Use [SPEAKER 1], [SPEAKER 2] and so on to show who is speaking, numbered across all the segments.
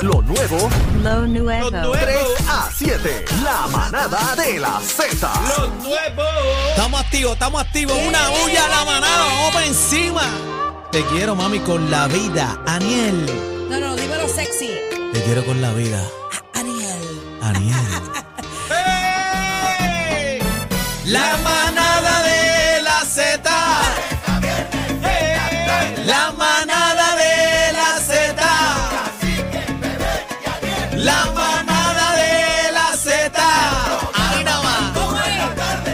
[SPEAKER 1] Lo nuevo
[SPEAKER 2] Lo nuevo.
[SPEAKER 3] Lo nuevo.
[SPEAKER 1] 3 a 7. La manada de la Z.
[SPEAKER 3] Lo nuevo.
[SPEAKER 4] Estamos activos, estamos activos. Una bulla a la manada, vamos pa' encima. Te quiero, mami, con la vida. Aniel.
[SPEAKER 2] No, no, dímelo sexy.
[SPEAKER 4] Te quiero con la vida.
[SPEAKER 2] Ariel.
[SPEAKER 4] Aniel.
[SPEAKER 3] ¡Hey!
[SPEAKER 4] La manada de la Z. La manada de la Z. La manada de la Z. Ahí nada más.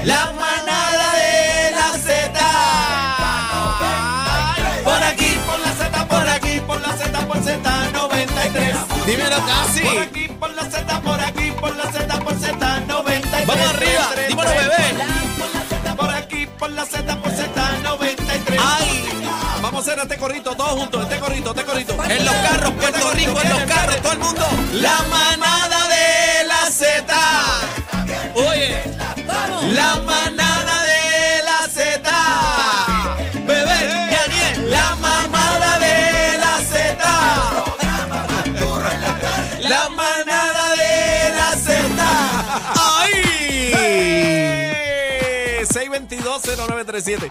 [SPEAKER 4] La manada de la Z. Por aquí, por la Z, por aquí, por la Z, por Z93. Dímelo casi.
[SPEAKER 3] Por aquí, por la Z, por aquí, por la Z, por Z, 93.
[SPEAKER 4] Vamos arriba, dímelo bebé.
[SPEAKER 3] Por aquí, por la Z, por Z, 93.
[SPEAKER 4] Ay.
[SPEAKER 3] Vamos a hacer este corrito, todos juntos, este corrito, este corrito.
[SPEAKER 4] En los carros, Puerto Rico, en los carros, todo el mundo. La manada de la Z. Oye, la manada de la Z. Bebé, Daniel, la manada de la Z. La manada de la Z. ¡Ay!
[SPEAKER 3] 622-0937.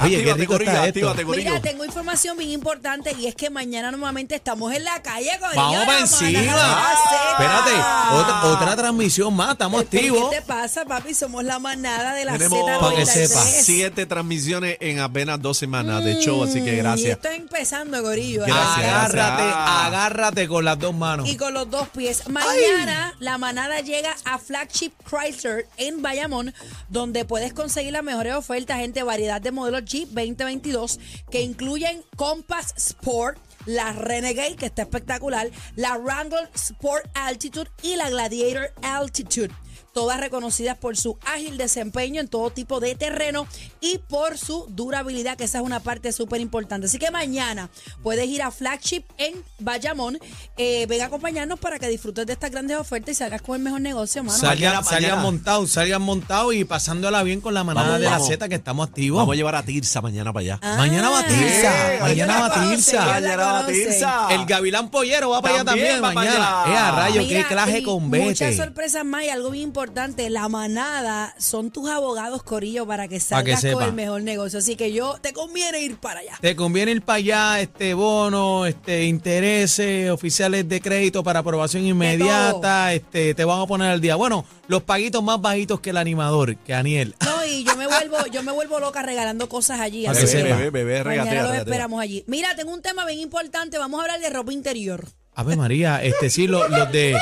[SPEAKER 4] Oye, qué
[SPEAKER 3] Actívate,
[SPEAKER 4] rico
[SPEAKER 3] gorillo,
[SPEAKER 4] está esto.
[SPEAKER 3] actívate, gorillo.
[SPEAKER 2] Mira, tengo información bien importante y es que mañana nuevamente estamos en la calle con
[SPEAKER 4] Vamos para encima. Espérate,
[SPEAKER 2] Ah.
[SPEAKER 4] otra, otra transmisión más, estamos activos.
[SPEAKER 2] ¿Qué te pasa, papi? Somos la manada de la Z93.
[SPEAKER 3] Tenemos
[SPEAKER 4] Para que sepa.
[SPEAKER 3] siete transmisiones en apenas dos semanas de show, así que
[SPEAKER 2] Mm, Y
[SPEAKER 3] gracias.
[SPEAKER 2] estoy empezando, gorillo.
[SPEAKER 3] Gracias,
[SPEAKER 4] agárrate,
[SPEAKER 3] gracias. Ah.
[SPEAKER 4] agárrate con las dos manos.
[SPEAKER 2] Y con los dos pies. Mañana la manada llega a Flagship Chrysler en Bayamón, donde puedes conseguir las mejores ofertas, gente, variedad de modelos Jeep 2022 que incluyen Compass Sport. La Renegade, que está espectacular, la Wrangler Sport Altitude y la Gladiator Altitude. Todas reconocidas por su ágil desempeño en todo tipo de terreno y por su durabilidad, que esa es una parte súper importante. Así que mañana puedes ir a Flagship en Bayamón. Eh, ven a acompañarnos para que disfrutes de estas grandes ofertas y salgas con el mejor negocio, mano.
[SPEAKER 4] Salgan,
[SPEAKER 3] mañana,
[SPEAKER 4] salgan
[SPEAKER 3] mañana.
[SPEAKER 4] montados, salgan montados y pasándola bien con la manada
[SPEAKER 3] Vamos,
[SPEAKER 4] de la
[SPEAKER 3] vamos.
[SPEAKER 4] Z que estamos activos.
[SPEAKER 3] Vamos a llevar a Tirsa mañana para allá.
[SPEAKER 2] Ah,
[SPEAKER 4] mañana va Tirsa,
[SPEAKER 2] ya la
[SPEAKER 4] mañana va
[SPEAKER 2] conoce,
[SPEAKER 4] Tirsa.
[SPEAKER 2] ya la
[SPEAKER 3] Mañana va
[SPEAKER 2] conoce.
[SPEAKER 3] Tirsa.
[SPEAKER 4] El Gavilán Pollero va para allá también
[SPEAKER 3] También va para
[SPEAKER 4] mañana.
[SPEAKER 3] allá.
[SPEAKER 4] Eh, a rayo, qué
[SPEAKER 2] Mira,
[SPEAKER 4] clase
[SPEAKER 2] y
[SPEAKER 4] con
[SPEAKER 2] Muchas
[SPEAKER 4] vete.
[SPEAKER 2] sorpresas más y algo bien importante. La manada son tus abogados, Corillo, para que salgas
[SPEAKER 4] sepa.
[SPEAKER 2] con el mejor negocio. Así que yo te conviene ir para allá.
[SPEAKER 4] Te conviene ir para allá, este bono, este intereses, oficiales de crédito para aprobación inmediata, este te van a poner al día. Bueno, los paguitos más bajitos que el animador, que Aniel.
[SPEAKER 2] No, y yo me vuelvo, yo me vuelvo loca regalando cosas allí.
[SPEAKER 4] Para
[SPEAKER 2] así
[SPEAKER 4] que
[SPEAKER 2] que
[SPEAKER 4] sepa.
[SPEAKER 3] Bebé, bebé, regatea,
[SPEAKER 2] mañana los
[SPEAKER 3] regatea.
[SPEAKER 2] esperamos allí. Mira, tengo un tema bien importante. Vamos a hablar de ropa interior.
[SPEAKER 4] Ave María, este sí, lo- los de.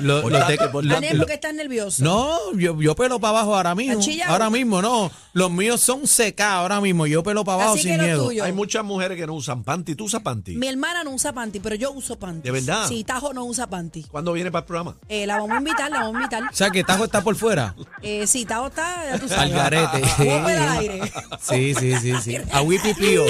[SPEAKER 4] Los, los de lo-
[SPEAKER 2] Anel,
[SPEAKER 4] lo-
[SPEAKER 2] ¿por qué estás nervioso?
[SPEAKER 4] no, yo, yo pelo para abajo ahora mismo.
[SPEAKER 2] ¿Estás chillado?
[SPEAKER 4] Ahora mismo, no. Los míos son secados ahora mismo. Yo pelo para abajo
[SPEAKER 2] Así
[SPEAKER 4] sin
[SPEAKER 2] que lo
[SPEAKER 4] miedo.
[SPEAKER 2] tuyo.
[SPEAKER 3] Hay muchas mujeres que no usan panty. ¿Tú usas panty?
[SPEAKER 2] Mi hermana no usa panty, pero yo uso panty.
[SPEAKER 3] ¿De verdad?
[SPEAKER 2] Sí, Tajo no usa panty.
[SPEAKER 3] ¿Cuándo viene para el programa?
[SPEAKER 2] Eh, la vamos a invitar, la vamos a invitar.
[SPEAKER 4] O sea, que Tajo está por fuera.
[SPEAKER 2] Eh, sí, Tajo está, ya tú sabes.
[SPEAKER 4] Al garete.
[SPEAKER 2] Bobe al aire.
[SPEAKER 4] Sí, sí, sí, sí. A Whippy Pío.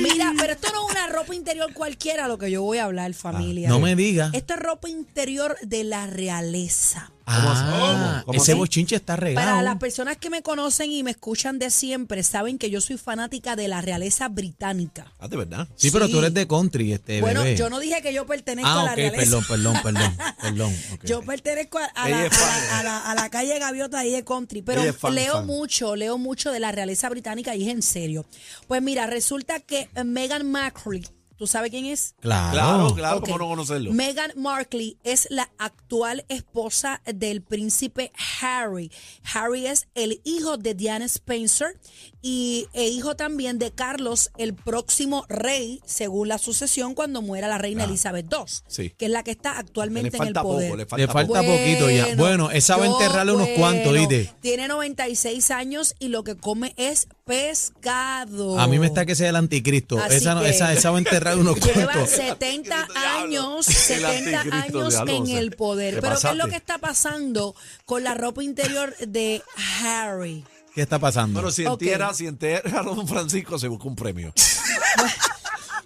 [SPEAKER 2] Mira, pero esto no es una ropa interior cualquiera lo que yo voy a hablar, familia.
[SPEAKER 4] Ah, No me diga.
[SPEAKER 2] Esto es ropa interior de la realeza.
[SPEAKER 4] Ah,
[SPEAKER 3] ¿Cómo? ¿Cómo
[SPEAKER 4] ese
[SPEAKER 3] así?
[SPEAKER 4] bochinche está
[SPEAKER 2] Para las
[SPEAKER 4] regado.
[SPEAKER 2] personas que me conocen y me escuchan de siempre, saben que yo soy fanática de la realeza británica.
[SPEAKER 3] Ah, de verdad.
[SPEAKER 4] Sí, pero
[SPEAKER 2] Sí.
[SPEAKER 4] tú eres de country, este
[SPEAKER 2] Bueno,
[SPEAKER 4] bebé.
[SPEAKER 2] yo no dije que yo pertenezco a
[SPEAKER 4] ah,
[SPEAKER 2] la
[SPEAKER 4] ok,
[SPEAKER 2] realeza.
[SPEAKER 4] perdón, perdón, perdón, perdón. ok,
[SPEAKER 2] Yo
[SPEAKER 4] ok.
[SPEAKER 2] pertenezco a, a
[SPEAKER 3] Ella
[SPEAKER 2] la,
[SPEAKER 3] es
[SPEAKER 2] a la-
[SPEAKER 3] fan.
[SPEAKER 2] a la- a la calle Gaviota y de country, pero
[SPEAKER 3] Ella es fan,
[SPEAKER 2] leo
[SPEAKER 3] fan.
[SPEAKER 2] mucho, leo mucho de la realeza británica y es en serio. Pues mira, resulta que Meghan Markle, ¿tú sabes quién es?
[SPEAKER 4] Claro.
[SPEAKER 3] Claro, claro,
[SPEAKER 2] Ok.
[SPEAKER 3] cómo no conocerlo.
[SPEAKER 2] Meghan Markle es la actual esposa del príncipe Harry. Harry es el hijo de Diana Spencer y e hijo también de Carlos, el próximo rey, según la sucesión, cuando muera la reina Elizabeth II,
[SPEAKER 3] Sí.
[SPEAKER 2] que es la que está
[SPEAKER 3] le
[SPEAKER 2] actualmente en el
[SPEAKER 3] falta
[SPEAKER 2] poder.
[SPEAKER 3] poco, le
[SPEAKER 4] Ah, Le
[SPEAKER 3] falta
[SPEAKER 4] falta
[SPEAKER 3] poco.
[SPEAKER 4] poquito ya. Bueno, esa va a
[SPEAKER 2] yo,
[SPEAKER 4] enterrarle unos cuantos,
[SPEAKER 2] bueno,
[SPEAKER 4] ¿oíste?
[SPEAKER 2] Tiene 96 años y lo que come es pescado.
[SPEAKER 4] A mí me está que sea el anticristo.
[SPEAKER 2] Así
[SPEAKER 4] Esa, no-
[SPEAKER 2] que-
[SPEAKER 4] esa, esa va a enterrar unos
[SPEAKER 2] Lleva
[SPEAKER 4] cuantos.
[SPEAKER 2] 70 años,
[SPEAKER 3] El
[SPEAKER 2] 70
[SPEAKER 3] anticristo,
[SPEAKER 2] años
[SPEAKER 3] diablo, o
[SPEAKER 2] en
[SPEAKER 3] sea,
[SPEAKER 2] el poder.
[SPEAKER 3] te
[SPEAKER 2] Pero ¿qué es lo
[SPEAKER 3] pasaste.
[SPEAKER 2] que está pasando con la ropa interior de Harry?
[SPEAKER 4] ¿Qué está pasando?
[SPEAKER 3] Bueno, si
[SPEAKER 2] Ok.
[SPEAKER 3] entierra, si entierra a Don Francisco, se busca un premio.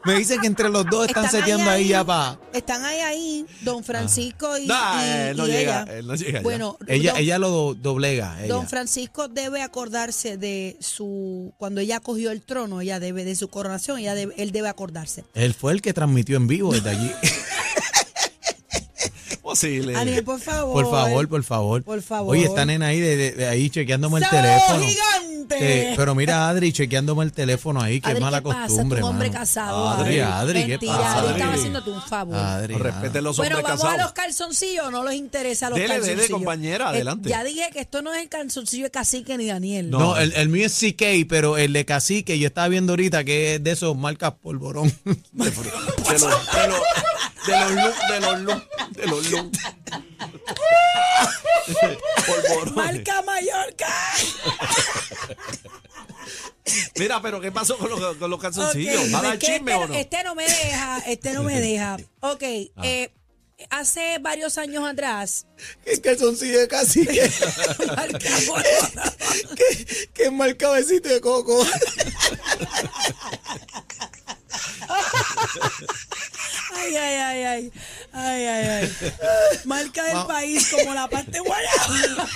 [SPEAKER 4] Me dicen que entre los dos están, seteando ahí, ya pa.
[SPEAKER 2] Están ahí, ahí, don Francisco y,
[SPEAKER 3] Nah,
[SPEAKER 2] y-
[SPEAKER 3] él no
[SPEAKER 2] y
[SPEAKER 3] llega,
[SPEAKER 2] ella.
[SPEAKER 3] él no llega allá.
[SPEAKER 2] Bueno,
[SPEAKER 4] Ella,
[SPEAKER 2] don,
[SPEAKER 4] ella lo do- doblega. ella.
[SPEAKER 2] don Francisco debe acordarse de su... Cuando ella cogió el trono, ella debe de su coronación, ella debe- él debe acordarse.
[SPEAKER 4] Él fue el que transmitió en vivo desde allí. posible.
[SPEAKER 2] Aniel, por favor.
[SPEAKER 5] Por favor, por favor.
[SPEAKER 2] Por favor.
[SPEAKER 5] Oye, esta nena ahí, de, de- de ahí chequeándome el
[SPEAKER 2] ¡Sábado
[SPEAKER 5] teléfono.
[SPEAKER 2] gigante!
[SPEAKER 5] Eh, pero mira, Adri, chequeándome el teléfono ahí, que
[SPEAKER 2] Adri,
[SPEAKER 5] es mala
[SPEAKER 2] ¿qué pasa?
[SPEAKER 5] costumbre.
[SPEAKER 2] Tú un hombre
[SPEAKER 5] mano.
[SPEAKER 2] casado.
[SPEAKER 5] Adri, Adri, ¿qué
[SPEAKER 2] Mentira,
[SPEAKER 5] pasa?
[SPEAKER 2] Adri estaba
[SPEAKER 5] Adri?
[SPEAKER 2] haciendo tú un favor.
[SPEAKER 5] Adri, ah.
[SPEAKER 4] Respete
[SPEAKER 5] mano.
[SPEAKER 4] los
[SPEAKER 2] Bueno,
[SPEAKER 4] hombres
[SPEAKER 2] vamos
[SPEAKER 4] casados.
[SPEAKER 2] a los calzoncillos, no los interesa a los
[SPEAKER 4] Dele, dele,
[SPEAKER 2] calzoncillos.
[SPEAKER 4] compañera,
[SPEAKER 2] Eh,
[SPEAKER 4] adelante.
[SPEAKER 2] ya dije que esto no es el calzoncillo de cacique ni Daniel.
[SPEAKER 5] No, el, el mío es CK, pero el de cacique, yo estaba viendo ahorita que es de esos marcas polvorón.
[SPEAKER 4] De los, de los, de los, lu- de los, lu- de los, lu- Polvorones.
[SPEAKER 2] Marca Mallorca.
[SPEAKER 4] Mira, pero ¿qué pasó con los, con los
[SPEAKER 2] Ok,
[SPEAKER 4] calzoncillos? ¿Va a dar
[SPEAKER 2] es que
[SPEAKER 4] chisme
[SPEAKER 2] este,
[SPEAKER 4] o no? Ah.
[SPEAKER 2] este no me deja, este no me deja. Ok, eh, hace varios años atrás,
[SPEAKER 5] ¿Qué calzoncillo de cacique?
[SPEAKER 2] marca
[SPEAKER 5] ¿Qué, qué marca besito de coco?
[SPEAKER 2] Ay, ay, ay, ay. Ay, ay, ay. Marca del país como la parte guayaba.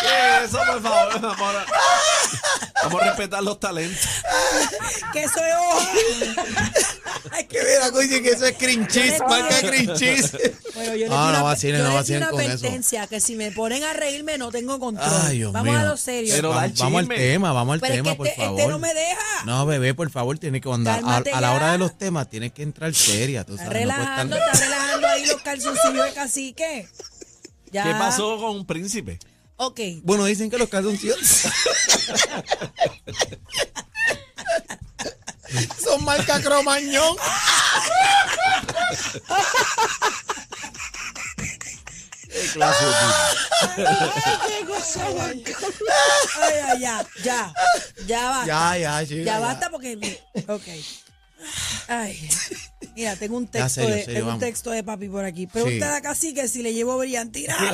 [SPEAKER 4] ¿Qué es eso, por favor? Vamos a, vamos a respetar los talentos.
[SPEAKER 2] Que eso es hoja.
[SPEAKER 5] Que mira, coño, que eso es cream cheese, marca cream cheese.
[SPEAKER 2] Bueno, yo les
[SPEAKER 5] Ah,
[SPEAKER 2] di
[SPEAKER 5] no
[SPEAKER 2] una,
[SPEAKER 5] vacilen,
[SPEAKER 2] yo
[SPEAKER 5] no
[SPEAKER 2] les di
[SPEAKER 5] vacilen
[SPEAKER 2] una
[SPEAKER 5] con eso.
[SPEAKER 2] advertencia que si me ponen a reírme no tengo control.
[SPEAKER 5] Ay, Dios
[SPEAKER 2] Vamos
[SPEAKER 5] mío.
[SPEAKER 2] a lo serio.
[SPEAKER 4] Pero- da el
[SPEAKER 5] vamos, vamos al
[SPEAKER 4] chisme.
[SPEAKER 5] tema, vamos al
[SPEAKER 2] Pero es
[SPEAKER 5] tema,
[SPEAKER 2] que
[SPEAKER 5] por
[SPEAKER 2] este- este
[SPEAKER 5] favor.
[SPEAKER 2] no me deja.
[SPEAKER 5] No, bebé, por favor, tiene que andar. A,
[SPEAKER 2] Cálmate
[SPEAKER 5] a la hora
[SPEAKER 2] ya.
[SPEAKER 5] de los temas tienes que entrar seria, tú
[SPEAKER 2] Está
[SPEAKER 5] sabes. no puedes estar-
[SPEAKER 2] relajando, está relajando ahí los calzoncillos de cacique. Ya.
[SPEAKER 4] ¿Qué pasó con un príncipe?
[SPEAKER 2] Ok.
[SPEAKER 5] Bueno, dicen que los calzoncillos son marca cromañón.
[SPEAKER 2] Ay, ay, ya, ya. Ya basta.
[SPEAKER 5] Ya, ya, chica,
[SPEAKER 2] Ya basta porque. Ok. Ay. Mira, tengo un texto,
[SPEAKER 5] serio,
[SPEAKER 2] de,
[SPEAKER 5] serio,
[SPEAKER 2] tengo un
[SPEAKER 5] vamos.
[SPEAKER 2] texto de papi por aquí. Pregúntale a Cacique si le llevo brillantina.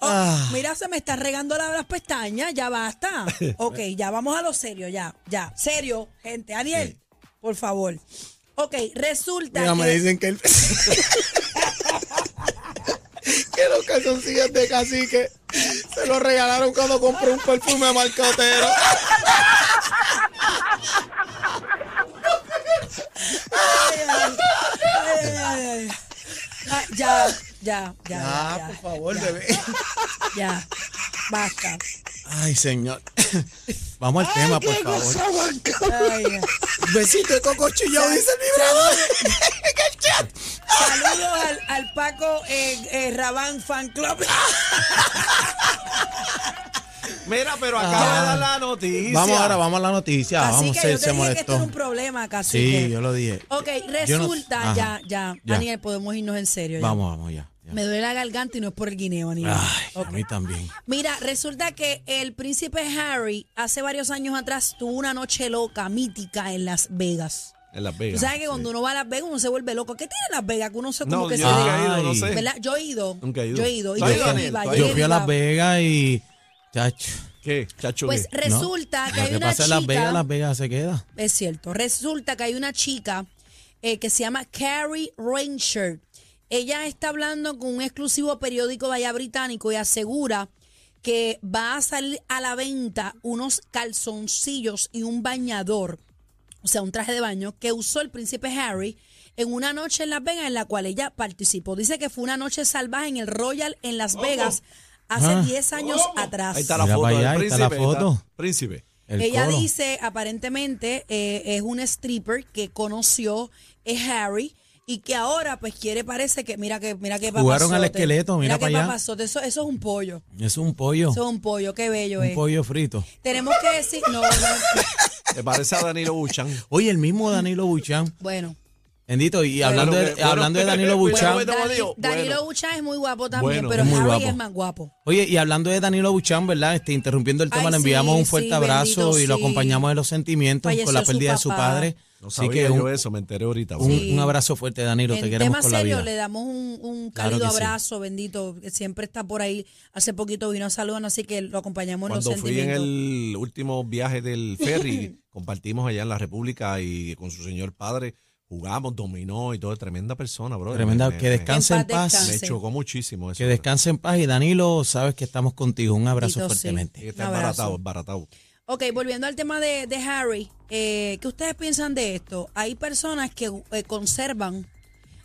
[SPEAKER 5] Ah.
[SPEAKER 2] Oh, mira, se me está regando la- las pestañas. Ya basta. Ok, ya vamos a lo serio, ya. Ya. Serio, gente. Daniel, por favor. Ok, resulta
[SPEAKER 5] Mira, me
[SPEAKER 2] que.
[SPEAKER 5] dicen que el... que los calzoncillos de cacique se los regalaron cuando compró un perfume a marcotero.
[SPEAKER 2] Ay, ay, ay, ay, ay. Ah, ya, ya, ya.
[SPEAKER 5] Ah,
[SPEAKER 2] ya,
[SPEAKER 5] por
[SPEAKER 2] ya,
[SPEAKER 5] favor,
[SPEAKER 2] ya.
[SPEAKER 5] bebé.
[SPEAKER 2] Ya, basta.
[SPEAKER 5] Ay, señor. Vamos al tema, por favor.
[SPEAKER 2] Ay,
[SPEAKER 5] Besito de coco chillado, dice el vibrador. En el chat.
[SPEAKER 2] saludos al, al Paco eh, eh, Rabán Fan Club.
[SPEAKER 4] Mira, pero acaba
[SPEAKER 2] Ah.
[SPEAKER 4] de dar la noticia.
[SPEAKER 5] Vamos ahora, vamos a la noticia.
[SPEAKER 2] Así
[SPEAKER 5] vamos,
[SPEAKER 2] que
[SPEAKER 5] se,
[SPEAKER 2] yo te
[SPEAKER 5] se
[SPEAKER 2] dije que esto
[SPEAKER 5] molestó.
[SPEAKER 2] era un problema, casi.
[SPEAKER 5] sí, yo lo dije.
[SPEAKER 2] Ok,
[SPEAKER 5] Yo no-
[SPEAKER 2] resulta,
[SPEAKER 5] Ajá.
[SPEAKER 2] ya, ya,
[SPEAKER 5] Ya.
[SPEAKER 2] Daniel, podemos irnos en serio. ya.
[SPEAKER 5] Vamos, vamos, ya. ya. Ah.
[SPEAKER 2] Me duele la garganta y no es por el guineo, Daniel.
[SPEAKER 5] Ay,
[SPEAKER 2] Ok.
[SPEAKER 5] a mí también.
[SPEAKER 2] Mira, resulta que el príncipe Harry hace varios años atrás tuvo una noche loca, mítica en Las Vegas.
[SPEAKER 4] En Las
[SPEAKER 2] Tú
[SPEAKER 4] Vegas.
[SPEAKER 2] sabes que cuando uno va a Las Vegas uno se vuelve loco. ¿Qué tiene Las Vegas? Que uno se como
[SPEAKER 4] No,
[SPEAKER 2] que
[SPEAKER 4] yo
[SPEAKER 2] se
[SPEAKER 4] nunca
[SPEAKER 5] deja-
[SPEAKER 4] he ido, no sé.
[SPEAKER 2] ¿Verdad? Yo he ido.
[SPEAKER 4] Nunca he ido.
[SPEAKER 2] Yo he ido. Y yo
[SPEAKER 4] ¿Tú has
[SPEAKER 2] llegué
[SPEAKER 4] ido, Daniel?
[SPEAKER 2] viva,
[SPEAKER 4] ¿Tú has
[SPEAKER 2] llegué
[SPEAKER 5] Yo fui a Las
[SPEAKER 2] viva.
[SPEAKER 5] Vegas y. Chacho.
[SPEAKER 4] ¿Qué? Chacho,
[SPEAKER 2] Pues
[SPEAKER 4] ¿qué?
[SPEAKER 5] no.
[SPEAKER 2] resulta que
[SPEAKER 5] Lo
[SPEAKER 2] hay
[SPEAKER 5] que
[SPEAKER 2] una chica.
[SPEAKER 5] pasa en Las Vegas, Las Vegas se queda.
[SPEAKER 2] Es cierto. Resulta que hay una chica eh, que se llama Carrie Ranger. Ella está hablando con un exclusivo periódico de allá británico y asegura que va a salir a la venta unos calzoncillos y un bañador, o sea, un traje de baño que usó el príncipe Harry en una noche en Las Vegas en la cual ella participó. Dice que fue una noche salvaje en el Royal en Las Vegas hace
[SPEAKER 5] Ah.
[SPEAKER 2] 10 años atrás.
[SPEAKER 4] Ahí está la
[SPEAKER 5] Mira
[SPEAKER 4] foto
[SPEAKER 5] para
[SPEAKER 4] del
[SPEAKER 5] allá, ahí
[SPEAKER 4] príncipe.
[SPEAKER 5] está la foto.
[SPEAKER 4] príncipe.
[SPEAKER 5] El
[SPEAKER 2] Ella
[SPEAKER 5] coro.
[SPEAKER 2] dice, aparentemente, eh, es un stripper que conoció eh, Harry y que ahora, pues, quiere, parece que, mira que, mira que
[SPEAKER 5] Jugaron
[SPEAKER 2] papazote.
[SPEAKER 5] al esqueleto, mira
[SPEAKER 2] que
[SPEAKER 5] para allá.
[SPEAKER 2] papazote, Eso, eso es un pollo.
[SPEAKER 5] Es un pollo.
[SPEAKER 2] Eso es un pollo, qué bello
[SPEAKER 5] Un
[SPEAKER 2] es.
[SPEAKER 5] pollo frito.
[SPEAKER 2] Tenemos que decir, no, no,
[SPEAKER 4] Te parece a Danilo Buchan.
[SPEAKER 5] Oye, el mismo Danilo Buchan.
[SPEAKER 2] bueno.
[SPEAKER 5] Bendito, y hablando,
[SPEAKER 4] Bueno,
[SPEAKER 5] de,
[SPEAKER 4] que- bueno,
[SPEAKER 5] hablando de Danilo
[SPEAKER 4] bueno,
[SPEAKER 5] Buchan.
[SPEAKER 4] bueno,
[SPEAKER 2] Dani-
[SPEAKER 4] Danilo,
[SPEAKER 2] Danilo
[SPEAKER 4] bueno.
[SPEAKER 2] Buchan es muy guapo también,
[SPEAKER 4] Bueno,
[SPEAKER 2] pero
[SPEAKER 5] es muy
[SPEAKER 2] Harry
[SPEAKER 5] guapo.
[SPEAKER 2] es más guapo.
[SPEAKER 5] Oye, y hablando de Danilo Buchan, ¿verdad? Este, interrumpiendo el tema,
[SPEAKER 2] Ay,
[SPEAKER 5] le enviamos
[SPEAKER 2] sí,
[SPEAKER 5] un fuerte
[SPEAKER 2] sí,
[SPEAKER 5] abrazo
[SPEAKER 2] bendito,
[SPEAKER 5] y lo
[SPEAKER 2] sí.
[SPEAKER 5] acompañamos en los sentimientos
[SPEAKER 2] Falleció
[SPEAKER 5] con la
[SPEAKER 2] su
[SPEAKER 5] pérdida de su
[SPEAKER 2] papá.
[SPEAKER 5] padre.
[SPEAKER 4] No
[SPEAKER 5] Así
[SPEAKER 4] sabía
[SPEAKER 5] que
[SPEAKER 4] yo
[SPEAKER 5] un,
[SPEAKER 4] eso, me enteré ahorita.
[SPEAKER 5] un-
[SPEAKER 2] Sí.
[SPEAKER 5] un abrazo fuerte, Danilo. te
[SPEAKER 2] En
[SPEAKER 5] queremos
[SPEAKER 2] tema
[SPEAKER 5] con la
[SPEAKER 2] serio,
[SPEAKER 5] vida.
[SPEAKER 2] le damos un, un
[SPEAKER 5] Claro
[SPEAKER 2] cálido
[SPEAKER 5] que sí.
[SPEAKER 2] abrazo, bendito, que siempre está por ahí. Hace poquito vino a saludarnos, así que lo acompañamos en los
[SPEAKER 4] Cuando fui en
[SPEAKER 2] sentimientos.
[SPEAKER 4] el último viaje del ferry, compartimos allá en la República y con su señor padre jugamos, dominó y todo. Tremenda persona, bro.
[SPEAKER 5] Tremenda,
[SPEAKER 4] Me-
[SPEAKER 5] que
[SPEAKER 4] me-
[SPEAKER 5] descanse
[SPEAKER 2] En
[SPEAKER 5] en,
[SPEAKER 2] paz
[SPEAKER 5] paz.
[SPEAKER 4] Me
[SPEAKER 2] descanse.
[SPEAKER 4] chocó muchísimo eso.
[SPEAKER 5] Que descanse en paz. Y Danilo, sabes que estamos contigo. Un abrazo
[SPEAKER 2] Bendito, sí.
[SPEAKER 5] fuertemente.
[SPEAKER 4] Está
[SPEAKER 2] Un abrazo.
[SPEAKER 4] embaratado, embaratado.
[SPEAKER 2] Ok, volviendo al tema de, de Harry, eh, ¿qué ustedes piensan de esto? Hay personas que eh, conservan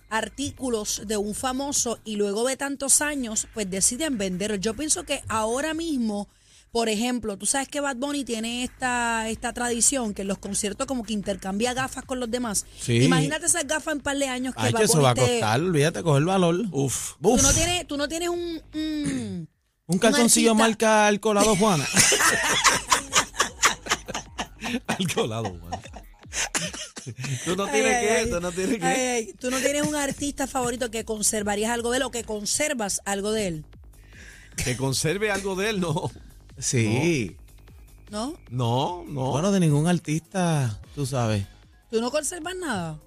[SPEAKER 2] artículos de un famoso y luego de tantos años, pues deciden venderlos. Yo pienso que ahora mismo, por ejemplo, tú sabes que Bad Bunny tiene esta, esta tradición que en los conciertos como que intercambia gafas con los demás.
[SPEAKER 5] Sí.
[SPEAKER 2] Imagínate esas gafas en par de años que
[SPEAKER 5] Ay,
[SPEAKER 2] Bad
[SPEAKER 5] Ah, que eso
[SPEAKER 2] Bunny
[SPEAKER 5] va a
[SPEAKER 2] te-
[SPEAKER 5] costar, olvídate, coger valor.
[SPEAKER 4] Uf.
[SPEAKER 2] Tú
[SPEAKER 5] Uf.
[SPEAKER 2] no tienes, tú no tienes un- un
[SPEAKER 5] un calzoncillo
[SPEAKER 2] artista-
[SPEAKER 5] marca al colado Juana.
[SPEAKER 4] Al colado, Juan. Tú no
[SPEAKER 2] Ay,
[SPEAKER 4] tienes
[SPEAKER 2] ay,
[SPEAKER 4] que,
[SPEAKER 2] ay.
[SPEAKER 4] tú no tienes que.
[SPEAKER 2] Ay, ay. Tú no tienes un artista favorito que conservarías algo de él o que conservas algo de él,
[SPEAKER 4] Que conserve algo de él, no.
[SPEAKER 5] Sí.
[SPEAKER 2] ¿no?
[SPEAKER 4] No, no.
[SPEAKER 5] Bueno, de ningún artista, tú sabes.
[SPEAKER 2] Tú no conservas nada.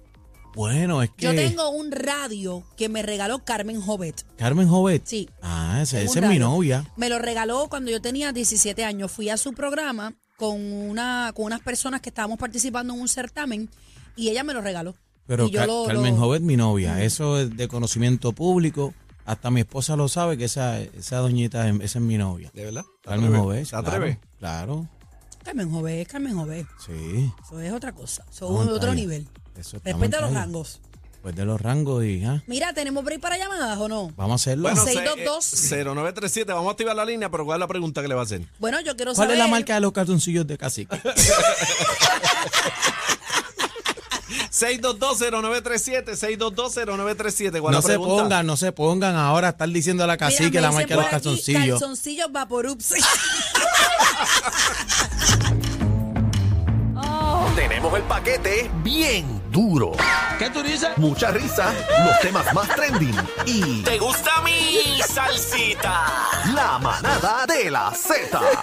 [SPEAKER 5] Bueno, es que.
[SPEAKER 2] Yo tengo un radio que me regaló Carmen Jovet.
[SPEAKER 5] Carmen Jovet.
[SPEAKER 2] Sí.
[SPEAKER 5] Ah, esa,
[SPEAKER 2] Tengo
[SPEAKER 5] esa
[SPEAKER 2] un
[SPEAKER 5] es mi
[SPEAKER 2] radio.
[SPEAKER 5] novia.
[SPEAKER 2] Me lo regaló cuando yo tenía 17 años. Fui a su programa con, una, con unas personas que estábamos participando en un certamen y ella me lo regaló.
[SPEAKER 5] Pero
[SPEAKER 2] Y yo
[SPEAKER 5] Car-
[SPEAKER 2] lo-
[SPEAKER 5] Carmen
[SPEAKER 2] lo-
[SPEAKER 5] Jovet, mi novia, eso es de conocimiento público. Hasta mi esposa lo sabe que esa, esa doñita, es- esa es mi novia.
[SPEAKER 4] ¿De verdad?
[SPEAKER 5] Carmen Jovet.
[SPEAKER 4] ¿Te
[SPEAKER 5] claro,
[SPEAKER 4] atreves?
[SPEAKER 5] Claro,
[SPEAKER 2] Carmen Jovet es Carmen Jovet.
[SPEAKER 5] sí.
[SPEAKER 2] Eso es otra cosa. Eso
[SPEAKER 5] Estamos
[SPEAKER 2] es
[SPEAKER 5] en
[SPEAKER 2] otro
[SPEAKER 5] talla.
[SPEAKER 2] nivel.
[SPEAKER 5] Eso estamos
[SPEAKER 2] Respeta
[SPEAKER 5] en
[SPEAKER 2] los
[SPEAKER 5] talla.
[SPEAKER 2] rangos.
[SPEAKER 5] Pues de los rangos y ah,
[SPEAKER 2] Mira, ¿tenemos break para llamadas o no?
[SPEAKER 5] vamos a hacerlo.
[SPEAKER 4] Bueno,
[SPEAKER 2] Seis,
[SPEAKER 4] se-
[SPEAKER 2] dos,
[SPEAKER 4] eh,
[SPEAKER 2] dos.
[SPEAKER 4] 0937, vamos a activar la línea, pero ¿cuál es la pregunta que le va a hacer?
[SPEAKER 2] Bueno, yo quiero
[SPEAKER 5] ¿Cuál
[SPEAKER 2] saber.
[SPEAKER 5] es la marca de los cartoncillos de cacique?
[SPEAKER 4] 6220937, 6220937, ¿cuál
[SPEAKER 5] No
[SPEAKER 4] es la
[SPEAKER 5] se
[SPEAKER 4] pregunta?
[SPEAKER 5] pongan, no se pongan ahora a estar diciendo a la
[SPEAKER 2] Mira,
[SPEAKER 5] cacique
[SPEAKER 2] me
[SPEAKER 5] la
[SPEAKER 2] dicen
[SPEAKER 5] marca de los
[SPEAKER 2] por aquí,
[SPEAKER 5] calzoncillos.
[SPEAKER 2] Calzoncillos Vaporups.
[SPEAKER 1] Tenemos el paquete bien duro. ¿Qué tú dices? Mucha risa, los temas más trending y... ¿Te gusta mi salsita? La manada de la Z.